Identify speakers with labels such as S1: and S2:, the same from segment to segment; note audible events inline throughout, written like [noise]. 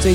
S1: 最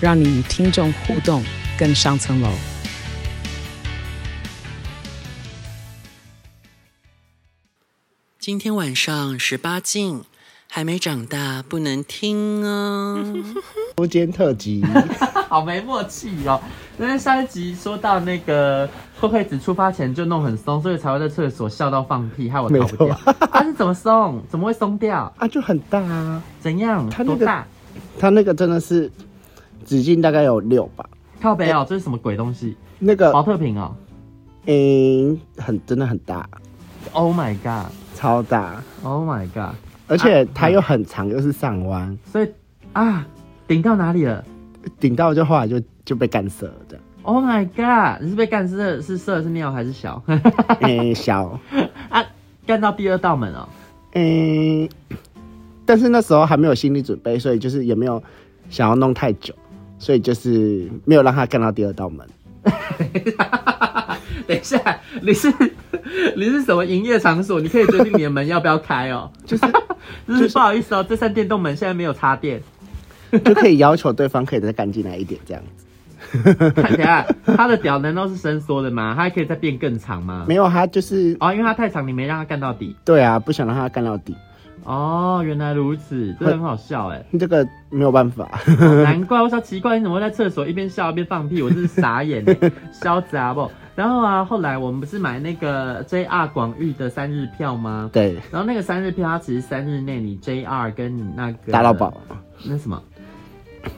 S1: 让你与听众互动更上层楼。
S2: 今天晚上十八禁，还没长大不能听哦。
S3: 中间特辑，
S4: 好没默契哦。因为上一集说到那个慧慧子出发前就弄很松，所以才会在厕所笑到放屁，害我逃不
S3: 没
S4: 掉。但是怎么松？怎么会松掉？
S3: [laughs] 啊，就很大啊。
S4: 怎样？
S3: 他那个
S4: 多大？
S3: 它那个真的是直径大概有六吧，
S4: 靠北
S3: 哎
S4: 哦，这是什么鬼东西？
S3: 那个
S4: 保特瓶哦。
S3: 嗯、很真的很大，
S4: Oh my god!
S3: 超大，
S4: Oh my god!
S3: 而且它又很长，又是上弯，
S4: 所以啊，顶到哪里了
S3: 顶到就后来就就被干涩了 [laughs] 的。
S4: ？Oh my god！你是被干射是射是尿还是小？ [laughs]
S3: 嗯、小，
S4: 啊，干到第二道门哦。
S3: 嗯、但是那时候还没有心理准备，所以就是也没有想要弄太久，所以就是没有让它干到第二道门。
S4: 等一下，你是你是什么营业场所？你可以决定你的门要不要开哦。 [laughs]
S3: 就是
S4: 就是不好意思哦，这扇电动门现在没有插电。
S3: 就可以要求对方可以再干进来一点这样子，
S4: 看等一下，它的屌难道是伸缩的吗？它还可以再变更长吗？
S3: 没有他就是
S4: 哦，因为它太长，你没让它干到底。
S3: 对啊，不想让他干到底，
S4: 哦，原来如此，这很好笑哎，
S3: 这个没有办
S4: [laughs]
S3: 法。
S4: 难怪我说奇怪，你怎么会在厕所一边笑一边放屁？我真是傻眼哎，潇洒不？然后啊，后来我们不是买那个 JR 广域的三日票吗？
S3: 对，
S4: 然后那个三日票，它其实三日内你 JR 跟你那个
S3: 打到宝
S4: 那什么。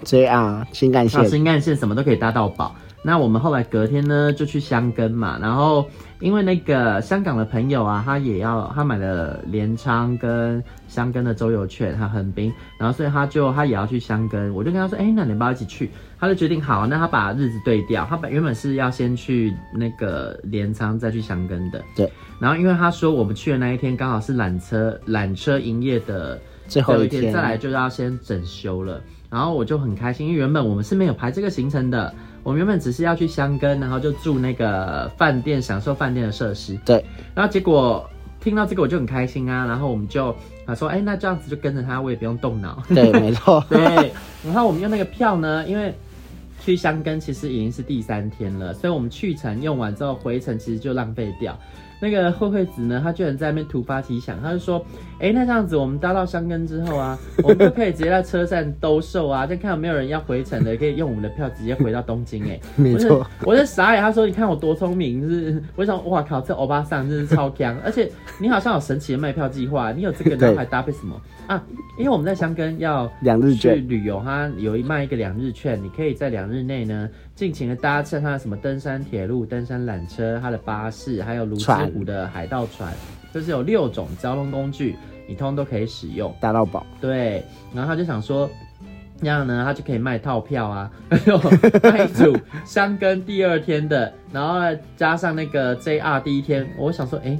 S3: ，JR 新干线
S4: 那，新干线什么都可以搭到宝。那我们后来隔天呢就去香根嘛，然后因为那个香港的朋友啊，他也要他买了镰仓跟香根的周游券，他横滨，然后所以他就他也要去香根，我就跟他说，哎、那你要不要一起去？他就决定好，啊那他把日子对调，他本原本是要先去那个镰仓再去香根的，
S3: 对。
S4: 然后因为他说我们去的那一天刚好是缆车缆车营业的
S3: 最后一天
S4: 再来就要先整修了。然后我就很开心，因为原本我们是没有排这个行程的，我们原本只是要去香根，然后就住那个饭店，享受饭店的设施。
S3: 对，
S4: 然后结果听到这个我就很开心啊，然后我们就啊说，哎，那这样子就跟着他，我也不用动脑。，
S3: [laughs] 对，没错
S4: 对，然后我们用那个票呢，因为去香根其实已经是第三天了，所以我们去程用完之后回程其实就浪费掉。那个慧慧子呢，她居然在那边突发奇想，她就说：“哎、那这样子我们搭到香根之后啊，我们就可以直接在车站兜售啊，就看有没有人要回程的，可以用我们的票直接回到东京、哎，
S3: [laughs] 没错，
S4: 我在傻眼。他说：“你看我多聪明，就是我想，哇靠，这欧巴桑真是超强，而且你好像有神奇的卖票计划，你有这个，然后
S3: [laughs] 对
S4: 还搭配什么啊？因为我们在香根要
S3: 两日
S4: 去
S3: 券，
S4: 旅游，它有一卖一个两日券，你可以在两日内呢，尽情的搭乘它的什么登山铁路、登山缆车、它的巴士，还有泸沽
S3: 船
S4: 湖的海盗船，就是有六种交通工具，你通通都可以使用。
S3: 打到宝，
S4: 对，然后他就想说，这样呢，他就可以卖套票啊， [laughs] 卖主香根第二天的，然后加上那个 JR 第一天，我想说，哎、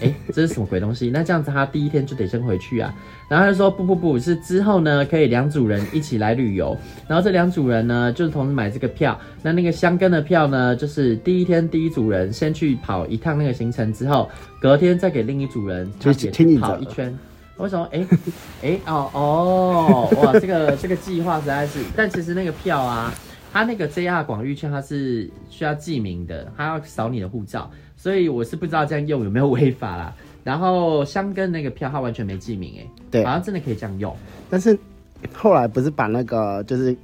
S4: 哎、这是什么鬼东西？那这样子他第一天就得先回去啊。然后他就说不不不，是之后呢可以两组人一起来旅游，然后这两组人呢就是同时买这个票。那那个香根的票呢，就是第一天第一组人先去跑一趟那个行程之后，隔天再给另一组人
S3: 就
S4: 他
S3: 是
S4: 也
S3: 听你
S4: 去跑
S3: 的
S4: 一圈。我想说，哎、哎、哦哦，哇，这个这个计划实在是，但其实那个票啊，它那个 JR 广域券它是需要记名的，它要扫你的护照，所以我是不知道这样用有没有违法啦。然后香根那个票它完全没记名、哎，
S3: 对
S4: 好。像真的可以这样用。
S3: 但是后来不是把那个就是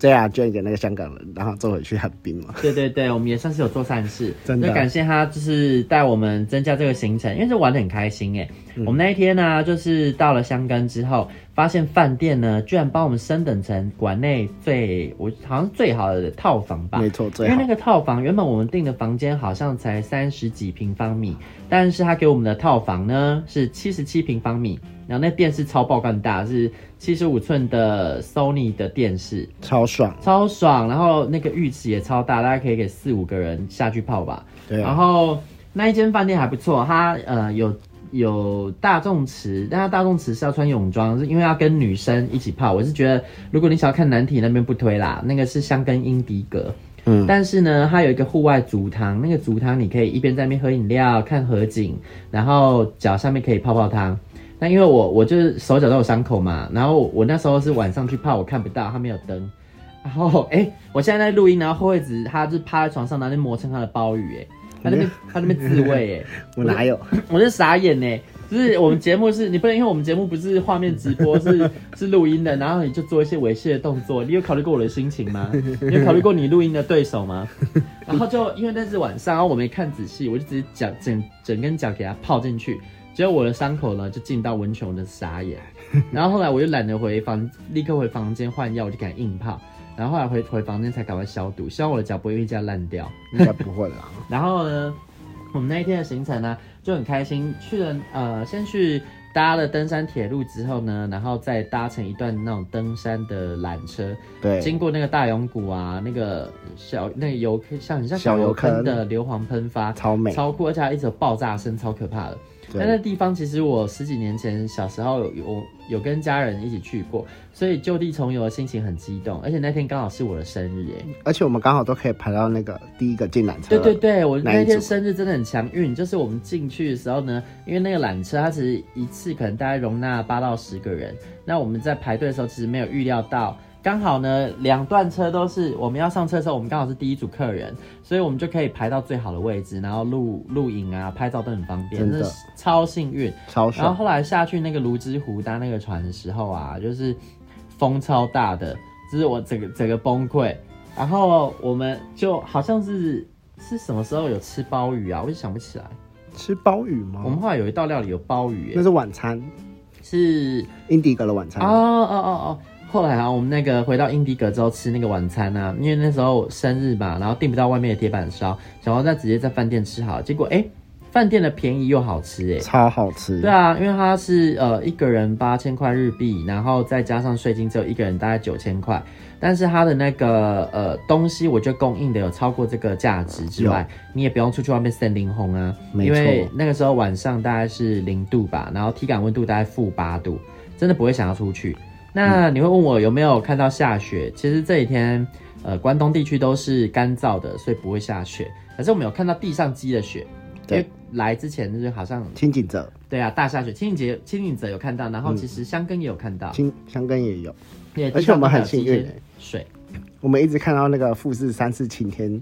S3: JR 捐给那个香港人，然后坐回去横滨嘛？
S4: 对对对，我们也算是有做善事，
S3: 真的
S4: 就感谢他就是带我们增加这个行程，因为这玩的很开心哎、
S3: 嗯
S4: 我们那一天呢、就是到了香根之后，发现饭店呢居然帮我们升等成馆内最我好像最好的套房吧
S3: 没。错，最
S4: 啊因为
S3: 好
S4: 那个套房原本我们订的房间好像才三十几平方米，但是他给我们的套房呢是七十七平方米，然后那电视超爆干大，是七十五寸的 Sony 的电视，
S3: 超爽，
S4: 超爽。然后那个浴池也超大，大概可以给四五个人下去泡吧。
S3: 对
S4: 然
S3: 啊，
S4: 后那一间饭店还不错，它呃有有大众池，但它大众池是要穿泳装，是因为要跟女生一起泡。我是觉得，如果你想要看男体那边不推啦，那个是香根英迪格。
S3: 嗯
S4: 但是呢，它有一个户外足汤，那个足汤你可以一边在那边喝饮料、看河景，然后脚下面可以泡泡汤。那因为我我就是手脚都有伤口嘛，然后我那时候是晚上去泡，我看不到，它没有灯。然后 [laughs] 哎、我现在在录音，然后惠子她就趴在床上，然后在磨蹭她的鲍鱼、哎，她那边她那边自慰、哎。
S3: 我哪有？
S4: 我是傻眼呢、就是我们节目是你不能因为我们节目不是画面直播，是 [laughs] 是录音的，然后你就做一些猥亵的动作。你有考虑过我的心情吗？你有考虑过你录音的对手吗？然后就因为那是晚上，然后我没看仔细，我就只是脚整整根脚给它泡进去，结果我的伤口呢就进到温泉，我的傻眼。然后后来我又懒得回房，立刻回房间换药，我就敢硬泡。然后后来回回房间才赶快消毒，希望我的脚不会因为这样烂掉。
S3: 应该不会
S4: [laughs]
S3: 啦。
S4: 然后呢，我们那一天的行程呢、就很开心，去了呃，先去搭了登山铁路之后呢，然后再搭乘一段那种登山的缆车，
S3: 对，
S4: 经过那个大涌谷啊，那个小那个油坑，像很像
S3: 小
S4: 油
S3: 油坑
S4: 坑的硫磺喷发，
S3: 超美，
S4: 超酷，而且它一直有爆炸声，超可怕的。但那
S3: 对，
S4: 地方其实我十几年前小时候有有有跟家人一起去过，所以就地重游的心情很激动，而且那天刚好是我的生日哎。
S3: 而且我们刚好都可以排到那个第一个进缆车，
S4: 对对，对，我
S3: 哪一
S4: 那天
S3: 组
S4: 生日真的很强运，就是我们进去的时候呢，因为那个缆车它其实一次可能大概容纳八到十个人，那我们在排队的时候其实没有预料到。刚好呢，两段车都是我们要上车的时候，我们刚好是第一组客人，所以我们就可以排到最好的位置，然后录录影啊、拍照都很方便，
S3: 真的
S4: 是超幸运。
S3: 超
S4: 然后
S3: 爽，
S4: 后来下去那个泸沽湖搭那个船的时候啊，就是风超大的，就是我整个整个崩溃。然后我们就好像是是什么时候有吃鲍鱼啊，我就想不起来。
S3: 吃鲍鱼
S4: 我们
S3: 吗？
S4: 后来有一道料理有鲍鱼、
S3: 那
S4: 欸，
S3: 是晚餐
S4: 是
S3: ，Indigo 的晚餐
S4: 哦，哦哦哦。后来啊，我们那个回到英迪格之后吃那个晚餐啊，因为那时候生日嘛，然后订不到外面的铁板烧，想说那直接在饭店吃好了。结果哎，诶饭店的便宜又好吃哎、
S3: 超好吃，
S4: 对啊，因为它是呃一个人八千块日币，然后再加上税金，只有一个人大概九千块。但是它的那个呃东西，我觉得供应的有超过这个价值之外，你也不用出去外面森林红啊，
S3: 没
S4: 因为
S3: 错
S4: 那个时候晚上大概是零度吧，然后体感温度大概负八度，真的不会想要出
S3: 嗯
S4: 去。那你会问我有没有看到下雪？其实这几天呃关东地区都是干燥的，所以不会下雪。可是我们有看到地上积的雪，因
S3: 对
S4: 为来之前就是好像
S3: 清景泽、
S4: 对啊，大下雪，清明节清明者有看到，然后其实香根也有看到，
S3: 嗯清香根也有，
S4: 对，
S3: 而且我们很幸运欸
S4: 水
S3: 我们一直看到那个富士山是晴天，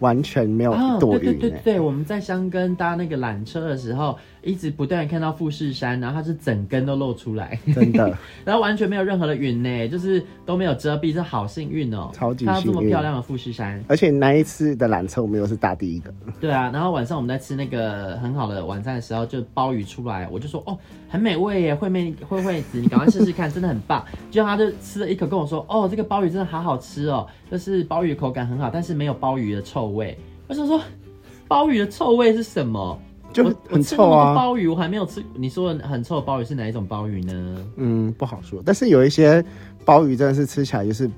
S3: 完全没有一朵
S4: 哦对对
S3: 云
S4: 对
S3: 欸
S4: 对，我们在香根搭那个缆车的时候，一直不断地看到富士山，然后它是整根都露出来， [laughs]
S3: 真的
S4: 然后完全没有任何的云呢，就是都没有遮蔽，这好幸运哦，
S3: 超级
S4: 看到这么
S3: 幸运
S4: 漂亮的富士山，
S3: 而且那一次的缆车我们又是搭第一个，
S4: 对啊，然后晚上我们在吃那个很好的晚餐的时候，就鲍鱼出来，我就说哦，很美味耶，惠妹惠惠子，你赶快试试看，真的很棒。就他就吃了一口，跟我说哦，这个鲍鱼真的好好吃哦，就是鲍鱼口感很好，但是没有鲍鱼的臭 [laughs] 味。我想说，鲍鱼的臭啊味是什么？
S3: 就
S4: 我我
S3: 很
S4: 吃那
S3: 臭
S4: 么多
S3: 啊，
S4: 鲍鱼，我还没有吃。你说的很臭的鲍鱼是哪一种鲍鱼呢？
S3: 嗯，不好说。但是有一些鲍鱼真的是吃起来就是，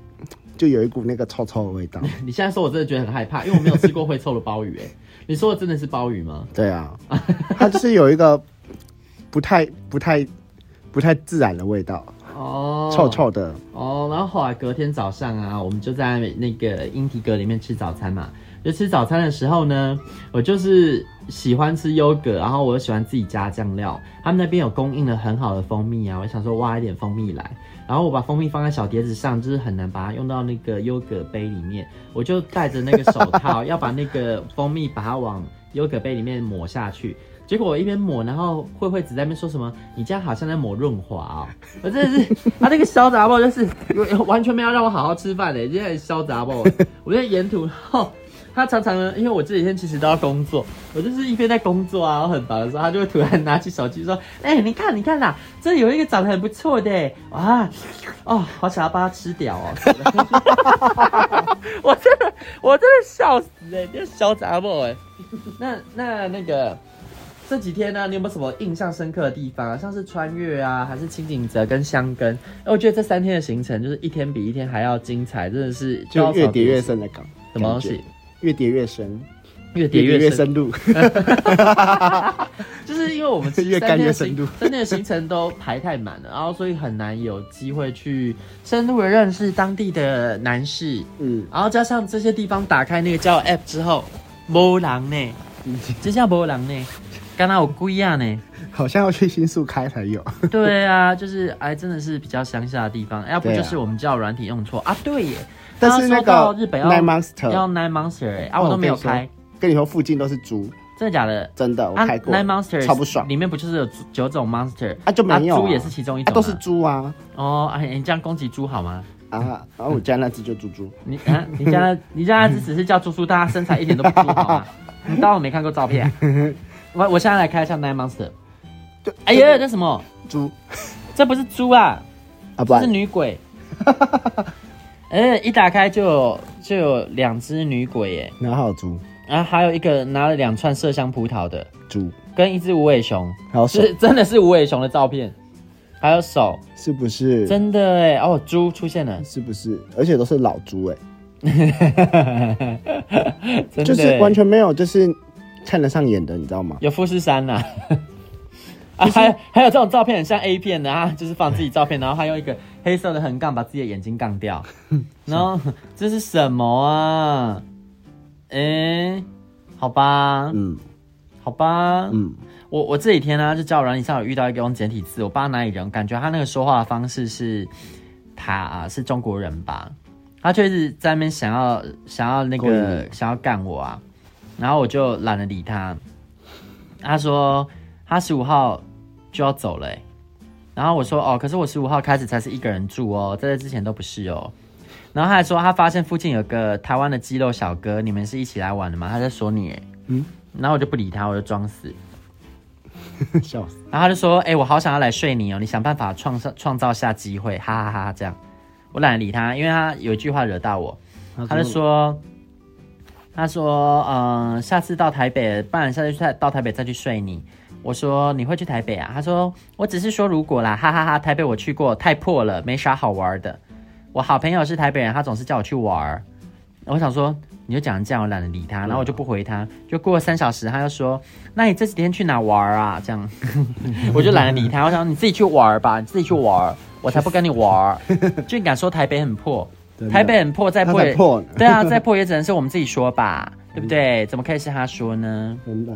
S3: 就有一股那个臭臭的味
S4: [laughs]
S3: 道。
S4: [laughs] 你现在说我真的觉得很害怕，因为我没有吃过会臭的鲍鱼。哎，你说的真的是鲍鱼吗？
S3: 对啊，它就是有一个不太不太不太自然的味道，
S4: 哦，
S3: 臭臭的。
S4: 哦，然后后来隔天早上啊，我们就在那个英迪格里面吃早餐嘛。就吃早餐的时候呢，我就是喜欢吃优格，然后我又喜欢自己加酱料。他们那边有供应了很好的蜂蜜啊，我想说挖一点蜂蜜来，然后我把蜂蜜放在小碟子上，就是很难把它用到那个优格杯里面。我就戴着那个手套，要把那个蜂蜜把它往优格杯里面抹下去。结果我一边抹，然后慧慧只在那边说什么：“你这样好像在抹润滑哦！”我真的是，他那个潇洒欸爆就是完全没有让我好好吃饭的，真的很潇洒爆。我在沿途，然后他常常呢，因为我这几天其实都要工作，我就是一边在工作啊，我很忙的时候，他就会突然拿起手机说：“哎、你看，你看啦，这里有一个长得很不错的、哇，哦，好想要帮他吃掉哦。什么的” [laughs] 我真的，我真的笑死哎、欸，这小杂货哎。那那那个这几天呢、你有没有什么印象深刻的地方啊？像是穿越啊，还是清景泽跟香根？哎，我觉得这三天的行程就是一天比一天还要精彩，真的是
S3: 就越叠越
S4: 深。
S3: 深的港，
S4: 什么东
S3: 感
S4: 西
S3: 觉？越叠越深，
S4: 越叠
S3: 越叠
S4: 越
S3: 越
S4: 深，
S3: 深入。
S4: 就是因为我们
S3: [laughs] 越干越深入
S4: 真的行程都排太满了，然后所以很难有机会去深入的认识当地的男士，
S3: 嗯，
S4: 然后加上这些地方打开那个交友 App 之后，波浪
S3: [laughs]
S4: 呢，这叫波浪呢，刚刚有贵
S3: [laughs]
S4: 啊呢，
S3: 好像要去新宿开才有。
S4: 对啊，就是哎，真的是比较乡下的地方，要不就是我们交友软体用错啊，对耶，
S3: 啊但是那
S4: 刚刚说到
S3: 个
S4: 日本要
S3: Nine
S4: 要
S3: Monster，
S4: Nine Monster 哎，啊我
S3: 哦
S4: 都
S3: 我跟你
S4: 没有
S3: 说
S4: 开，
S3: 跟你说附近都是猪，
S4: 真的假的？
S3: 真的我
S4: 啊
S3: 开过
S4: ，Nine Monster
S3: 超不爽
S4: 里面不就是有九九种 Monster
S3: 啊就没有啊
S4: 猪也是其中一
S3: 啊
S4: 种啊、
S3: 都是猪啊
S4: 哦，哎、你这样攻击猪好吗？
S3: 啊！然后我家那只就猪猪，
S4: 你啊，你
S3: [laughs]
S4: 家你家只只是叫猪猪，但它身材一点都不猪好吗？你当我没看过照
S3: [laughs]
S4: 片啊、我我现在来开一下 Nine Monster。
S3: 对
S4: 哎呀，这什么？
S3: 猪
S4: 这不是猪啊，
S3: 啊不
S4: 这
S3: 然
S4: 是女
S3: [laughs]
S4: 鬼。哎，一打开就有就有两只女鬼耶，
S3: 然后猪
S4: 然后还有一个拿了两串麝香葡萄的，
S3: 猪，
S4: 跟一只无尾熊，
S3: 好
S4: 是
S3: 是
S4: 真的是无尾熊的照片，还有手，
S3: 是不是？
S4: 真的哎，哦，猪出现了，
S3: 是不是？而且都是老猪哎、
S4: 真的欸
S3: 就是完全没有就是看得上眼的，你知道吗？
S4: 有富士山呐、 [laughs] 啊，还有还有这种照片很像 A 片的啊，就是放自己照片，然后还用一个黑色的横杠把自己的眼睛
S3: [laughs]
S4: 杠掉，然后这是什么啊？哎、好吧，
S3: 嗯 [laughs]
S4: 好吧，
S3: 嗯，
S4: 我我这几天呢、就交友软件上有遇到一个用简体字，我不知道哪里人，我感觉他那个说话的方式是，他、啊、是中国人吧，他就是在那边想要想要那
S3: 勾引
S4: 个想要干我啊，然后我就懒得理他，他说他十五号就要走了、欸，然后我说哦，可是我十五号开始才是一个人住哦，在这之前都不是哦。然后他还说他发现附近有个台湾的肌肉小哥，你们是一起来玩的吗？他在说你、欸，
S3: 嗯
S4: 然后我就不理他，我就装死。
S3: 笑死！
S4: 然后他就说：“哎、我好想要来睡你哦，你想办法创造创造下机会，哈哈哈哈！”这样，我懒得理他，因为他有一句话惹到我，他就说：“他说，嗯、下次到台北，不然下次再到台北再去睡你。”我说：“你会去台北啊？”他说：“我只是说如果啦，哈哈哈台北我去过，太破了，没啥好玩的。我好朋友是台北人，他总是叫我去玩儿。我想说，你就讲这样，我懒得理
S3: 啊
S4: 他，然后我就不回他。就过了三小时，他又说：‘那你这几天去哪玩儿啊？’这样， [laughs] 我就懒得理他。我想你自己去玩儿吧，你自己去玩儿，我才不跟你玩
S3: [laughs]
S4: 儿。就敢说台北很破，
S3: 真的
S4: 台北很破，再
S3: 他
S4: 破也
S3: 才破呢，
S4: [laughs] 对啊，再破也只能是我们自己说
S3: [laughs]
S4: 吧，对不对？怎么可以是他说呢？
S3: 真的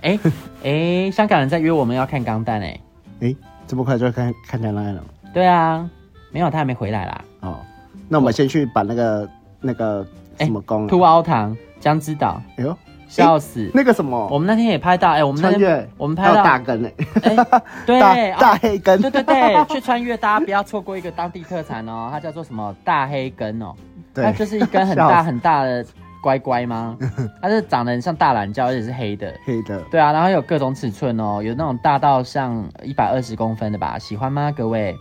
S4: 哎哎，香港人在约我们要看钢弹哎、
S3: 哎、这么快就看看展览了
S4: 对啊，没有他还没回来啦。
S3: 哦。那我们先去把那个那个
S4: 哎
S3: 什么宫、啊
S4: 兔凹塘、江之岛，
S3: 哎呦，
S4: 笑死！
S3: [laughs] 那个什么，
S4: 我们那天也拍到，哎、我们那
S3: 穿
S4: 天
S3: 越，
S4: 我们
S3: 还
S4: 拍
S3: 有
S4: 到，
S3: 大根哎、
S4: 哎、
S3: [laughs]
S4: 对，
S3: 大
S4: 啊
S3: 大黑根，
S4: 对对对，去穿越，大家不要错过一个当地特产哦，它叫做什么大黑根哦，它
S3: 对，
S4: 就是一根很
S3: 笑
S4: 大
S3: 死
S4: 很大的乖乖吗？它是长得很像大懒觉，而且是黑的。
S3: 黑的，
S4: 对啊，然后有各种尺寸哦，有那种大到像一百二十公分的吧，喜欢吗各位？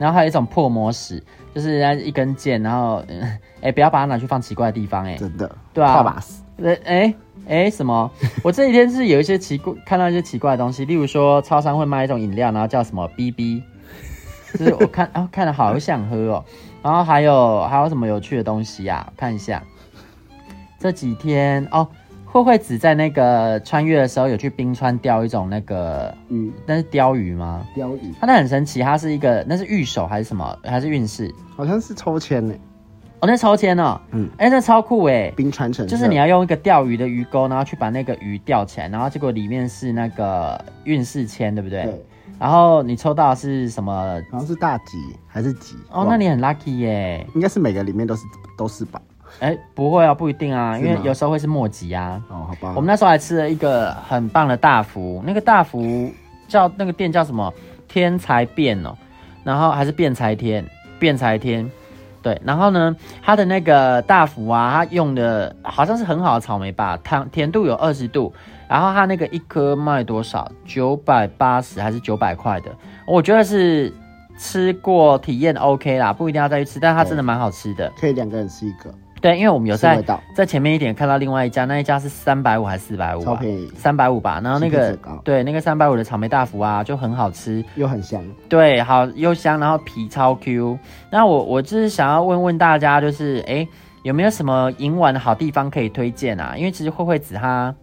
S4: 然后还有一种破魔石，就是它一根剑，然后嗯哎、不要把它拿去放奇怪的地方哎、
S3: 真的，
S4: 对啊
S3: 怕把死，
S4: 呃哎哎什么？我这几天是有一些奇怪，看到一些奇怪的东西，例如说超商会卖一种饮料，然后叫什么 BB，就是我看 [laughs] 啊看了好想喝哦。然后还有还有什么有趣的东西啊？看一下，这几天哦，慧慧子在那个穿越的时候有去冰川钓一种那个，
S3: 嗯，
S4: 那是鲷鱼吗？
S3: 标语
S4: 它那很神奇，它是一个那是玉手还是什么？还是运势？
S3: 好像是抽签呢、
S4: 哦，那超前哦，
S3: 嗯
S4: 嗯，哎、那超酷哎，
S3: 冰川城
S4: 就是
S3: 社
S4: 你要用一个钓鱼的鱼钩，然后去把那个鱼钓起来，然后结果里面是那个运势签，对不对？
S3: 对，
S4: 然后你抽到的是什么？
S3: 好像是大吉还是吉？
S4: 哦，那你很 lucky 耶！
S3: 应该是每个里面都是都是吧？
S4: 哎，不会啊，不一定啊，
S3: 是
S4: 因
S3: 吗
S4: 为有时候会是末吉啊。
S3: 哦，好吧，
S4: 我们那时候还吃了一个很棒的大福，那个大福叫那个店叫什么？天才变哦，然后还是变才天，变才天。对，然后呢，它的那个大福啊，它用的好像是很好的草莓吧，糖甜度有二十度，然后它那个一颗卖多少？九百八十还是九百块的？我觉得是吃过体验 OK 啦，不一定要再去吃，但它真的蛮好吃的。
S3: 可以两个人吃一个，
S4: 对，因为我们有
S3: 吃味
S4: 在
S3: 道，
S4: 在前面一点看到另外一家，那一家是三百五还是四百五？啊
S3: 超便宜
S4: 三百五吧。然后那
S3: 是不是很
S4: 个
S3: 高
S4: 对那个三百五的草莓大福啊，就很好吃，
S3: 又很香。
S4: 对，好又香，然后皮超 Q。那我我就是想要问问大家，就是诶有没有什么银玩的好地方可以推荐啊？因为其实慧慧子她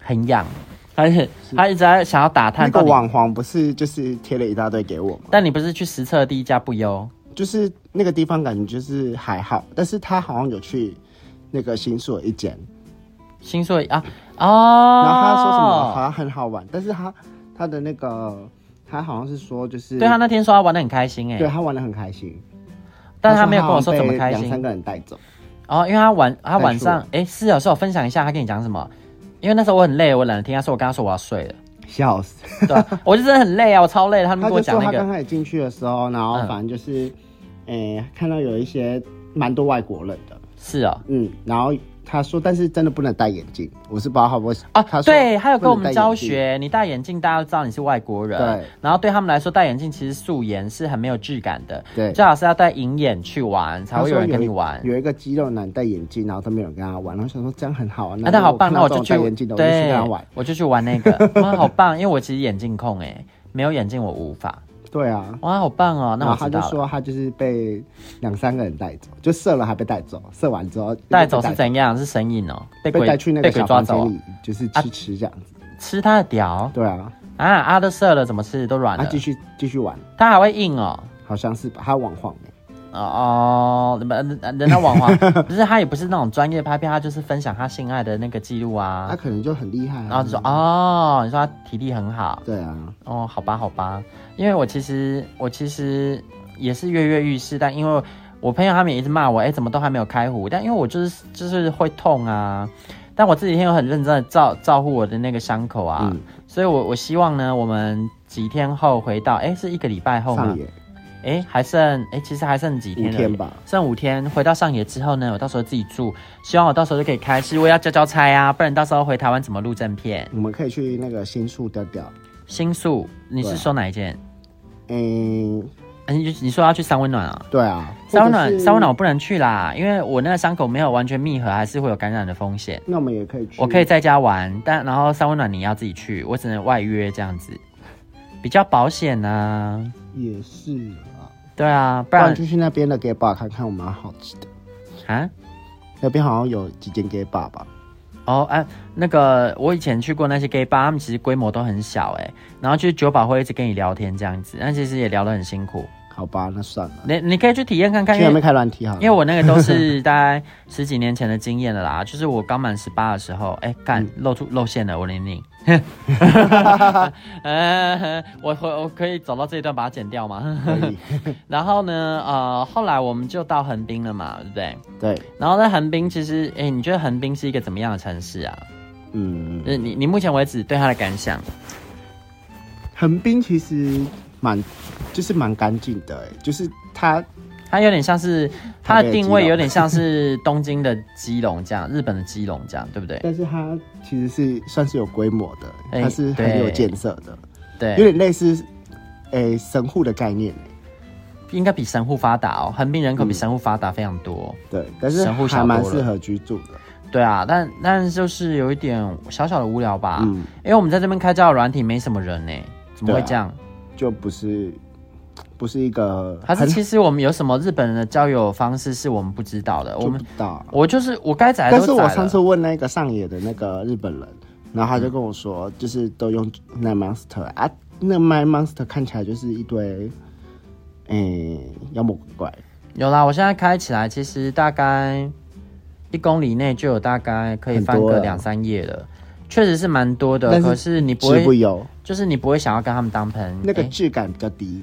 S4: 很痒，而且她一直在想要打探
S3: 那
S4: 到
S3: 个
S4: 底，
S3: 网黄不是就是贴了一大堆给我吗？
S4: 但你不是去实测的第一家不优？
S3: 就是那个地方感觉就是还好，但是他好像有去那个新宿一间，
S4: 新宿啊哦，
S3: 然后他说什么好像很好玩，但是他他的那个他好像是说就是
S4: 对他那天说他玩的很开心哎、
S3: 对他玩的很开心，
S4: 但他
S3: 说
S4: 没有跟我
S3: 好像
S4: 说怎么
S3: 被
S4: 开
S3: 两
S4: 心
S3: 三。个人带走，
S4: 哦，因为他晚他晚上
S3: 再
S4: 哎、室友是有分享一下他跟你讲什么，因为那时候我很累，我懒得听，他说我跟他说我要
S3: [laughs]
S4: 睡了，
S3: 笑死。
S4: 对、啊，我就真的很累啊，我超累，他们
S3: 他
S4: 跟我
S3: 就
S4: 讲
S3: 说
S4: 那
S3: 他刚
S4: 个，
S3: 开始进去的时候，然后
S4: 嗯
S3: 反正就是，诶、看到有一些蛮多外国人的，
S4: 是哦，
S3: 嗯，然后他说，但是真的不能戴眼镜，我是不知道好不好
S4: 啊
S3: 他，说
S4: 对，他有跟我
S3: 不
S4: 们
S3: 能戴眼
S4: 教
S3: 镜，
S4: 学，你戴眼镜大家都知道你是外国人，
S3: 对，
S4: 然后对他们来说戴眼镜其实素颜是很没有质感的，
S3: 对
S4: 最好是要戴银眼去玩才
S3: 他
S4: 会
S3: 说
S4: 有人跟
S3: 一
S4: 你玩。
S3: 有一个肌肉男戴眼镜，然后都没有人跟他玩，然后想说这样很好啊，
S4: 那他好棒，
S3: 如
S4: 那
S3: 果
S4: 我
S3: 看到
S4: 就
S3: 这种
S4: 去
S3: 戴眼镜的，我就去
S4: 对
S3: 跟他玩，，
S4: 我就去玩那个，哇，好棒！因为我其实眼镜控哎、没有眼镜我无法，
S3: 对啊。
S4: 哇，好棒哦！那
S3: 然
S4: 我
S3: 后
S4: 知
S3: 他就
S4: 道了
S3: 说，他就是被两三个人带走，就射了还被带走，射完之后
S4: 带走
S3: 被
S4: 是怎样？是神隐哦，被
S3: 被
S4: 鬼
S3: 带去那个
S4: 被鬼
S3: 小
S4: 抓
S3: 房
S4: 走
S3: 间，里，就是
S4: 啊
S3: 吃吃这样子。
S4: 吃他的屌
S3: 对啊，
S4: 啊！阿都射了，怎么吃都软
S3: 他
S4: 了，
S3: 啊继续继续玩，
S4: 他还会硬哦。
S3: 好像是吧？他网晃欸的，
S4: 哦哦，不人家网
S3: [laughs]
S4: 黄，就是他也不是那种专业拍片，他就是分享他性爱的那个记录
S3: 他、
S4: 啊。
S3: 可能就很厉害、啊。
S4: 然后就说哦，你说他体力很好
S3: 对啊，
S4: 哦，好吧好吧，因为我其实我其实也是跃跃欲试，但因为我朋友他们也一直骂我，哎，怎么都还没有开壶？但因为我就是就是会痛啊，但我这几天有很认真的照照顾我的那个伤口啊，
S3: 嗯
S4: 所以我我希望呢，我们几天后回到，哎，是一个礼拜后吗
S3: 上？野
S4: 哎，还剩哎，其实还剩几
S3: 五
S4: 天了，
S3: 天吧，
S4: 剩五天，回到上野之后呢，我到时候自己住，希望我到时候就可以开始，我也要交交差啊，不然到时候回台湾怎么录正片？
S3: 我们可以去那个新宿调调。
S4: 新宿，你
S3: 啊
S4: 是说哪一件？
S3: 嗯，
S4: 哎你你说要去三温暖啊？
S3: 对啊，
S4: 三温
S3: 或者
S4: 暖，
S3: 是
S4: 三温暖我不能去啦，因为我那个伤口没有完全密合，还是会有感染的风险。
S3: 那我们也可以去。
S4: 我可以在家玩，但然后三温暖你要自己去，我只能外约这样子，比较保险呐、
S3: 也是啊，
S4: 对啊，
S3: 不
S4: 不
S3: 然
S4: 然
S3: 就去那边的 gay bar 看看，我蛮好吃的。
S4: 啊，
S3: 那边好像有几间 gay bar 吧？
S4: 哦，哎、那个我以前去过那些 gay bar，他们其实规模都很小哎、然后就是酒保会一直跟你聊天这样子，但其实也聊得很辛苦。
S3: 好吧，那算了，
S4: 你你可以去体验看看，
S3: 去那
S4: 因
S3: 边
S4: 为
S3: 开软体好了。
S4: 因为我那个都是大概十几年前的经验了啦， [laughs] 就是我刚满十八的时候，哎、干露出露馅了，我玲玲。 [laughs] 呃，我我我可以找到这一段把它剪掉吗？ [laughs]
S3: 可以，
S4: 然后呢，呃，后来我们就到横滨了嘛，对不对？
S3: 对，
S4: 然后在横滨，其实，哎、你觉得横滨是一个怎么样的城市啊？ [laughs]
S3: 嗯，
S4: 就是你你目前为止对他的感想，
S3: 横滨其实蛮，就是蛮干净的、欸，就是它
S4: 它有点像是它
S3: 台北
S4: 的
S3: 的
S4: 定位
S3: 基隆
S4: 有点像是东京的基隆这样，日本的基隆这样，对不对？
S3: 但是它其实是算是有规模的，
S4: 哎
S3: 它是很
S4: 对
S3: 有建设的，有
S4: 对，
S3: 点类似诶、神户的概念、
S4: 应该比神户发达哦，横滨人
S3: 嗯
S4: 口比神户发达非常多。
S3: 对，但是
S4: 神户小
S3: 还蛮
S4: 多了
S3: 适合居住的，
S4: 对啊，但但就是有一点小小的无聊吧，
S3: 嗯，
S4: 因为我们在这边开交友软体没什么人呢、怎么会
S3: 对啊
S4: 这样？
S3: 就不是不是一个
S4: 还是
S3: 很
S4: 其实我们有什么日本人的交友方式是我们不知道的？我
S3: 就不
S4: 们
S3: 知道。
S4: 我就是我该宰的
S3: 但
S4: 都
S3: 是
S4: 宰了。
S3: 我上次问那个上野的那个日本人，然后他就跟我说，就是都用那 Monster 啊，那 My Monster 看起来就是一堆，诶、妖魔鬼怪，
S4: 有啦，我现在开起来，其实大概一公里内就有大概可以翻
S3: 很多
S4: 个
S3: 了
S4: 两三页了，确实是蛮多的。
S3: 但是
S4: 可是你不
S3: 植
S4: 会，嗯哎
S3: 不油，
S4: 就是你不会想要跟他们当朋友。
S3: 那个
S4: 诶
S3: 质感比较低，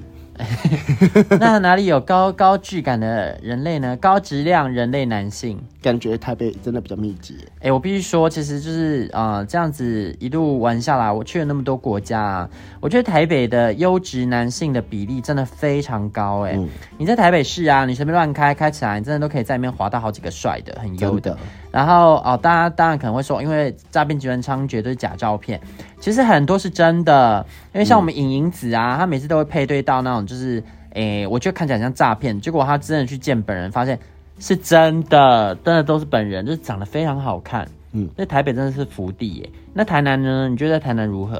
S4: [laughs] 那哪里有高高质感的人类呢？高质量人类男性。
S3: 感觉台北真的比较密集。
S4: 哎、我必须说，其实就是呃，这样子一路玩下来，我去了那么多国家、啊，我觉得台北的优质男性的比例真的非常高、哎、
S3: 嗯
S4: 你在台北市啊，你随便乱开开起来，你真的都可以在里面滑到好几个帅的，很优
S3: 真
S4: 的
S3: 的。
S4: 然后哦，大家当然可能会说，因为诈骗集团猖獗都是假照片，其实很多是真的。因为像我们影影子
S3: 嗯
S4: 啊，他每次都会配对到那种就是，诶，我觉得看起来很像诈骗，结果他真的去见本人，发现是真的，真的都是本人，就是长得非常好看。
S3: 嗯，
S4: 那台北真的是福地耶。那台南呢？你觉得台南如何？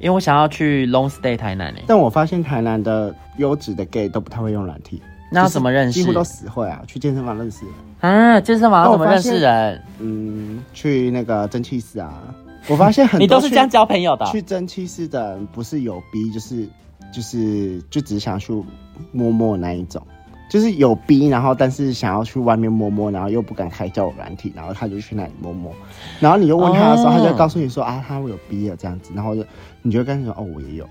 S4: 因为我想要去 long stay 台南诶，
S3: 但我发现台南的优质的 gay 都不太会用软体，
S4: 那要怎么认识
S3: 几乎都死会啊，去健身房认识的，
S4: 啊？健身房要
S3: 那
S4: 怎
S3: 我
S4: 么
S3: 发
S4: 认识
S3: 现
S4: 人？
S3: 嗯，去那个蒸汽室啊。我发现很多
S4: [laughs] 你都是
S3: 去
S4: 这样交朋友的哦、
S3: 去蒸汽室的人不是有逼，就是就是就只想去摸摸那一种，就是有逼，然后但是想要去外面摸摸，然后又不敢开交友软体，然后他就去那里摸摸，然后你又问他的时候，
S4: 哦
S3: 他就告诉你说啊，他有逼了这样子，然后就你就会跟他说哦，我也有，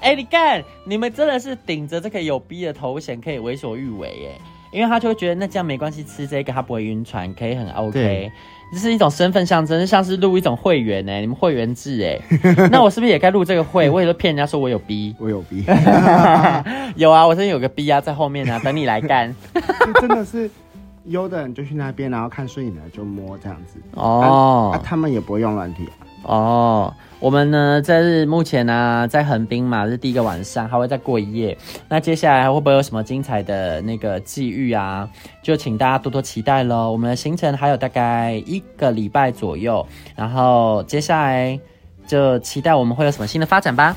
S4: 哎、你看，你们真的是顶着这个有逼的头衔可以为所欲为耶，因为他就会觉得那这样没关系，吃这个他不会晕船，可以很 OK
S3: 对。
S4: 这是一种身份象征，像是录一种会员呢，你们会员制哎，那我是不是也该录这个会？我也都骗人家说我有逼，
S3: 我有逼，
S4: 有啊，我真的有个逼啊，在后面啊，等你来干。
S3: 就真的是。有的人就去那边，然后看顺眼的就摸这样子。
S4: 哦
S3: 啊
S4: [laughs]
S3: 啊他们也不会用软体、啊，
S4: 哦，我们呢，在日目前呢、在横滨嘛，这是第一个晚上，还会再过一夜。那接下来还会不会有什么精彩的那个际遇啊？就请大家多多期待喽。我们的行程还有大概一个礼拜左右，然后接下来就期待我们会有什么新的发展吧。